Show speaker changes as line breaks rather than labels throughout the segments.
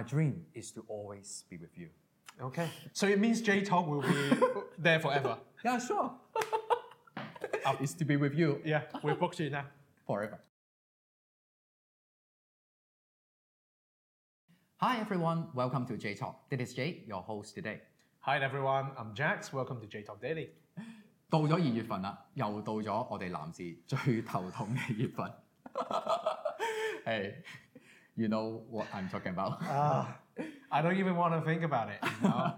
My dream is to always be with you.
Okay. So it means J Talk will be there forever.
Yeah, sure. Up is to be with you
Yeah, we booked it now.
forever. Hi everyone, welcome to J Talk. This is J, your host today.
Hi everyone, I'm Jax. Welcome to J Talk Daily.
到咗二月份啦，又到咗我哋男士最頭痛嘅月份。hey, you know what I'm talking about？
Ah, I don't even want to think about it. you know?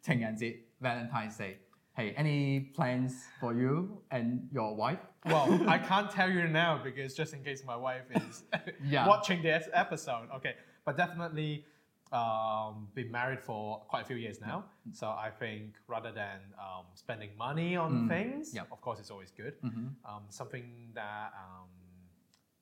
情人節 Valentine's Day。Hey, any plans for you and your wife?
well, I can't tell you now because just in case my wife is
Yeah.
watching this episode. Okay, but definitely um, been married for quite a few years now. So I think rather than um, spending money on things,
Yep.
of course, it's always good. Um, something that um,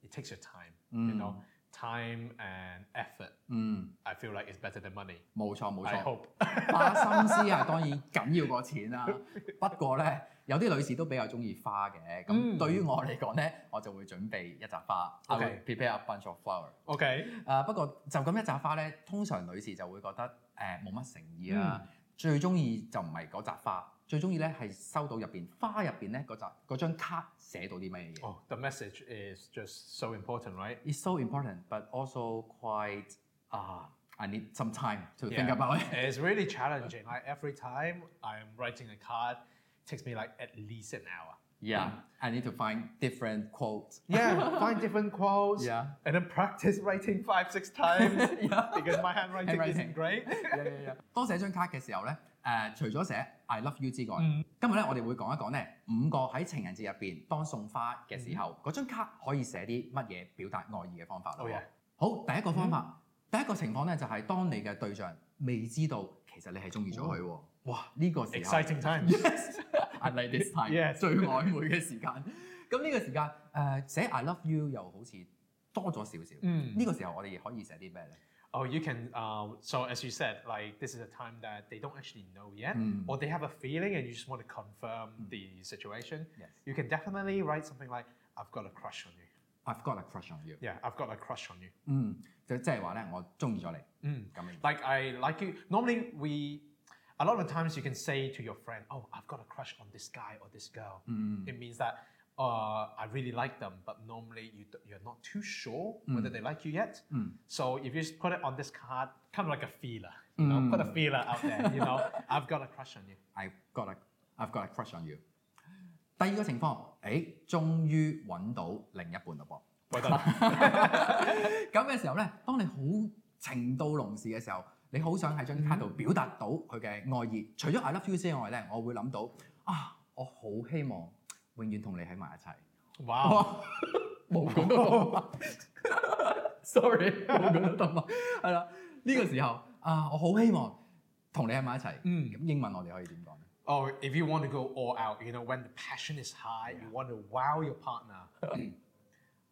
it takes your time, you know, time and effort.
Hmm.
I feel like it's better than money.
冇錯冇
I
錯。
hope.
花心思啊，當然緊要過錢啦、 不過咧，有啲女士都比較中意花嘅。咁
嗯
對於我嚟講咧，我就會準備一扎花 I
Okay.
will prepare a bunch of flower。
okay.
誒不過就咁一扎花咧，通常女士就會覺得誒冇乜誠意啦。最中意就唔係嗰扎花，最中意咧係收到入邊花入邊咧嗰扎嗰張卡寫到啲咩嘢。
Oh, the message is just so important, right?
It's so important, but also quite 啊、I need some time to
Yeah.
think about it。
It's really challenging. Like every time I'm writing a card, it takes me like at least an hour.
Yeah, I need to find different quotes.
Yeah, find different quotes.
Yeah.
And then practice writing five, six times
Yeah.
because my handwriting,
Handwriting.
isn't great.
當寫張卡嘅時候咧，誒、除咗寫 I love you 之外，
嗯 Mm,
今日咧我哋會講一講咧五個喺情人節入邊當送花嘅時候，
嗯
嗰、張卡可以寫啲乜嘢表達愛意嘅方法咯。
Oh yeah
好，第一個方法，
嗯
第一個情況咧就係、當你嘅對象未知道其實你係中意咗佢喎，哇！呢、個時候
Exciting time.
yes, I like this time
Yes
最曖昧嘅時間。咁呢個時間誒、寫 I love you 又好似多咗少少。
嗯
呢個時候我哋可以寫啲咩咧？
mm. Oh, you can. Um, so as you said, like this is a time that they don't actually know yet,
Mm.
or they have a feeling and you just want to confirm the situation.
Yes.
You can definitely write something like, "I've got a crush on you."
I've got a crush on you。
Yeah, I've got a crush on you. Mm.
嗯，就即係話咧，我中意咗你。
嗯，
咁樣。
Like I like you. Normally we, a lot of the times you can say to your friend, "Oh, I've got a crush on this guy or this girl."
Mm. 嗯
It means that uh, I really like them, but normally you d- you're not too sure whether they like you yet. So if you just put it on this card, kind of like a feeler, you know, put a feeler out there. You know, I've got a crush on you.
I've got a I've got a crush on you。第二個情況，誒、終於揾到另一半嘞噃。
Well done.
咁嘅時候咧，當你好情到濃時嘅時候，你好想喺張卡度表達到佢嘅愛意。除咗 I love you 之外咧，我會諗到啊，我好希望永遠同你喺埋一齊。
wow.
冇講到動物 ，sorry，冇講到動物，係啦。呢、個時候啊，我好希望同你喺埋一齊。
嗯
咁英文我哋可以點講咧？
Or Oh, if you want to go all out, you know, when the passion is high, you want to wow your partner.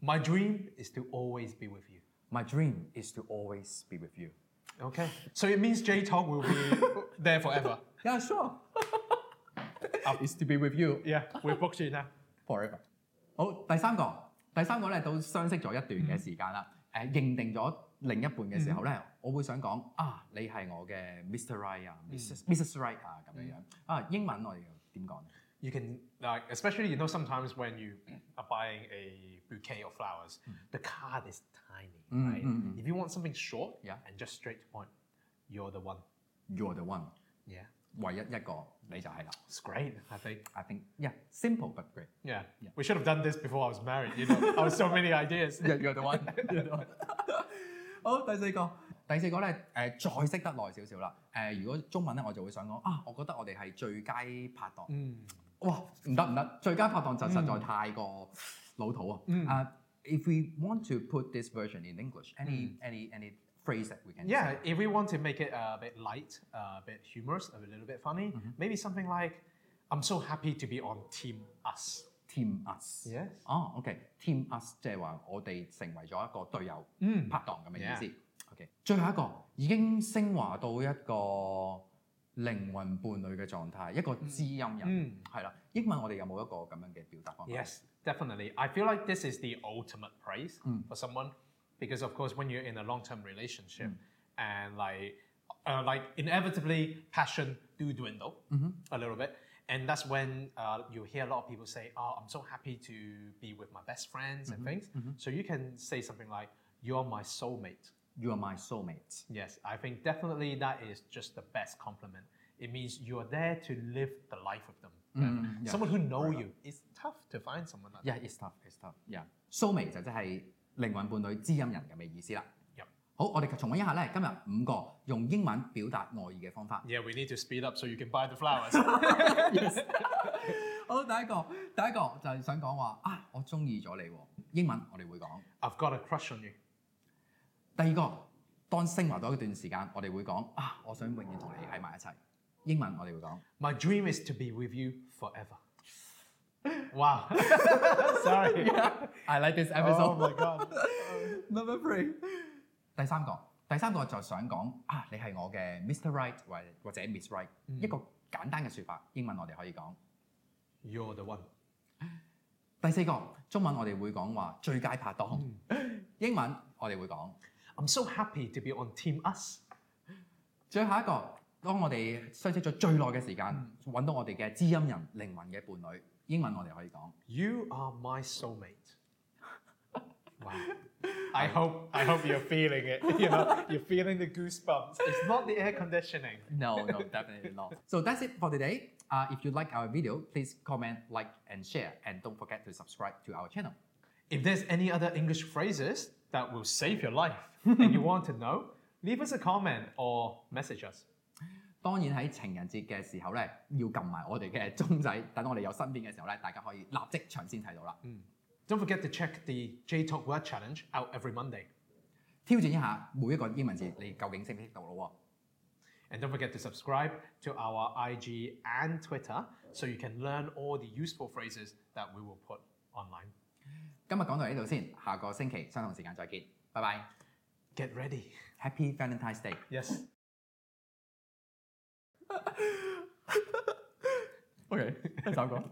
My dream is to always be with you.
My dream is to always be with you.
Okay. So it means J Talk will be there forever.
Yeah, sure. Up is to be with you
Yeah, we booked you now.
forever. 好，第三個，第三個咧到相識咗一段嘅時間啦，誒、認定咗另一半嘅時候咧，我會想講啊，你係我嘅 Mr. Right 啊，Mrs. Mrs. Right 啊咁樣樣啊，英文我哋又點講咧？
You can like, especially you know, sometimes when you are buying a bouquet of flowers, the card is tiny, right? If you want something short
Yeah.
and just straight to point, you're the one.
You're the one，
Yeah,
唯一一個你就係啦。
it's great. I think.
I think yeah, simple but great.
Yeah. we should have done this before I was married. You know, I was so many ideas.
Yeah, you're the one. You're the one. 好，第四個，第四個咧，誒、再識得耐少少啦。誒、如果中文咧，我就會想講啊，我覺得我哋係最佳拍檔。
Mm.
哇，唔得唔得，最佳拍檔就實在太過老土啊。啊、if we want to put this version in English, any、any any phrase that we can
Yeah,
say.
if we want to make it a bit light, a bit humorous, a little bit funny, maybe something like, "I'm so happy to be on Team Us."
team us。
Yes.
哦，OK，team us 即係話我哋成為咗一個隊友、
嗯
拍檔咁嘅意思。OK，最後一個已經升華到一個靈魂伴侶嘅狀態，一個知音人
嗯
係啦、英文我哋有冇一個咁樣嘅表達方法
Yes, definitely. I feel like this is the ultimate prize for someone because, of course, when you're in a long term relationship and like uh, like inevitably passion do dwindle a little bit and that's when uh, you hear a lot of people say oh i'm so happy to be with my best friends and things so you can say something like you're my soulmate
You are my soulmate.
yes i think definitely that is just the best compliment it means you are there to live the life with them And
yeah.
someone who know you it's tough to find someone like that
Yeah, it's tough, it's tough. Yeah，soul mate 就即係靈魂伴侶、知音人咁嘅意思啦。
Yep
好，我哋重温一下咧，今日五個用英文表達愛意嘅方法。
yeah we need to speed up so you can buy the flowers
好，第一個，第一個就係想講話啊，我中意咗你喎。英文我哋會講。
i've got a crush on you
第二個，當升華到一段時間，我哋會講啊，我想永遠同你喺埋一齊。英文我哋會講。
My dream is to be with you forever. Wow. Sorry.
I like this
Oh my god.
Number three，第三個，第三個就想講啊，你係我嘅 Mr. Right 或或者 Miss Right，、一
嗯 Mm,
個簡單嘅説法，英文我哋可以講。
You're the one.
第四個，中文我哋會講話最佳拍檔，
Mm. 嗯
英文我哋會講。
I'm so happy to be on Team Us.
最後一個，當我哋相識咗最耐嘅時間，揾、到我哋嘅知音人、靈魂嘅伴侶，英文我哋可以講。
You are my soulmate. Wow. I hope I hope you're feeling it. You know, you're feeling the goosebumps. It's not the air conditioning.
No, no, definitely not. So that's it for today. Uh, if you like our video, please comment, like, and share, and don't forget to subscribe to our channel.
If there's any other English phrases that will save your life and you want to know, leave us a comment or message us.
當然喺情人節嘅時候咧，要撳埋我哋嘅鐘仔，等我哋有新片嘅時候咧，大家可以立即搶先睇到啦。
Don't forget to check the J Talk Word Challenge out every Monday.
挑戰一下每一個英文字，你究竟識唔識讀咯喎？
And don't forget to subscribe to our IG and Twitter so you can learn all the useful phrases that we will put online.
今日講到呢度先，下個星期相同時間再見，拜拜。
Get ready.
Happy Valentine's Day！
Yes.
OK，第三個。